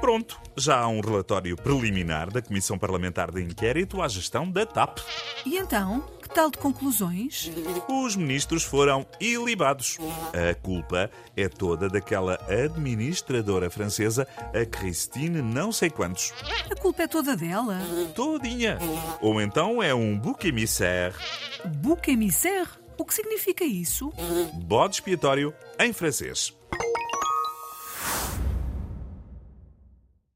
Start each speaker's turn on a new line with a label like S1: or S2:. S1: Pronto, já há um relatório preliminar da Comissão Parlamentar de Inquérito à gestão da TAP.
S2: E então, que tal de conclusões?
S1: Os ministros foram ilibados. A culpa é toda daquela administradora francesa, a Christine não sei quantos.
S2: A culpa é toda dela.
S1: Todinha. Ou então é um bouc émissaire,
S2: Bouc émissaire? O que significa isso?
S1: bode expiatório em francês.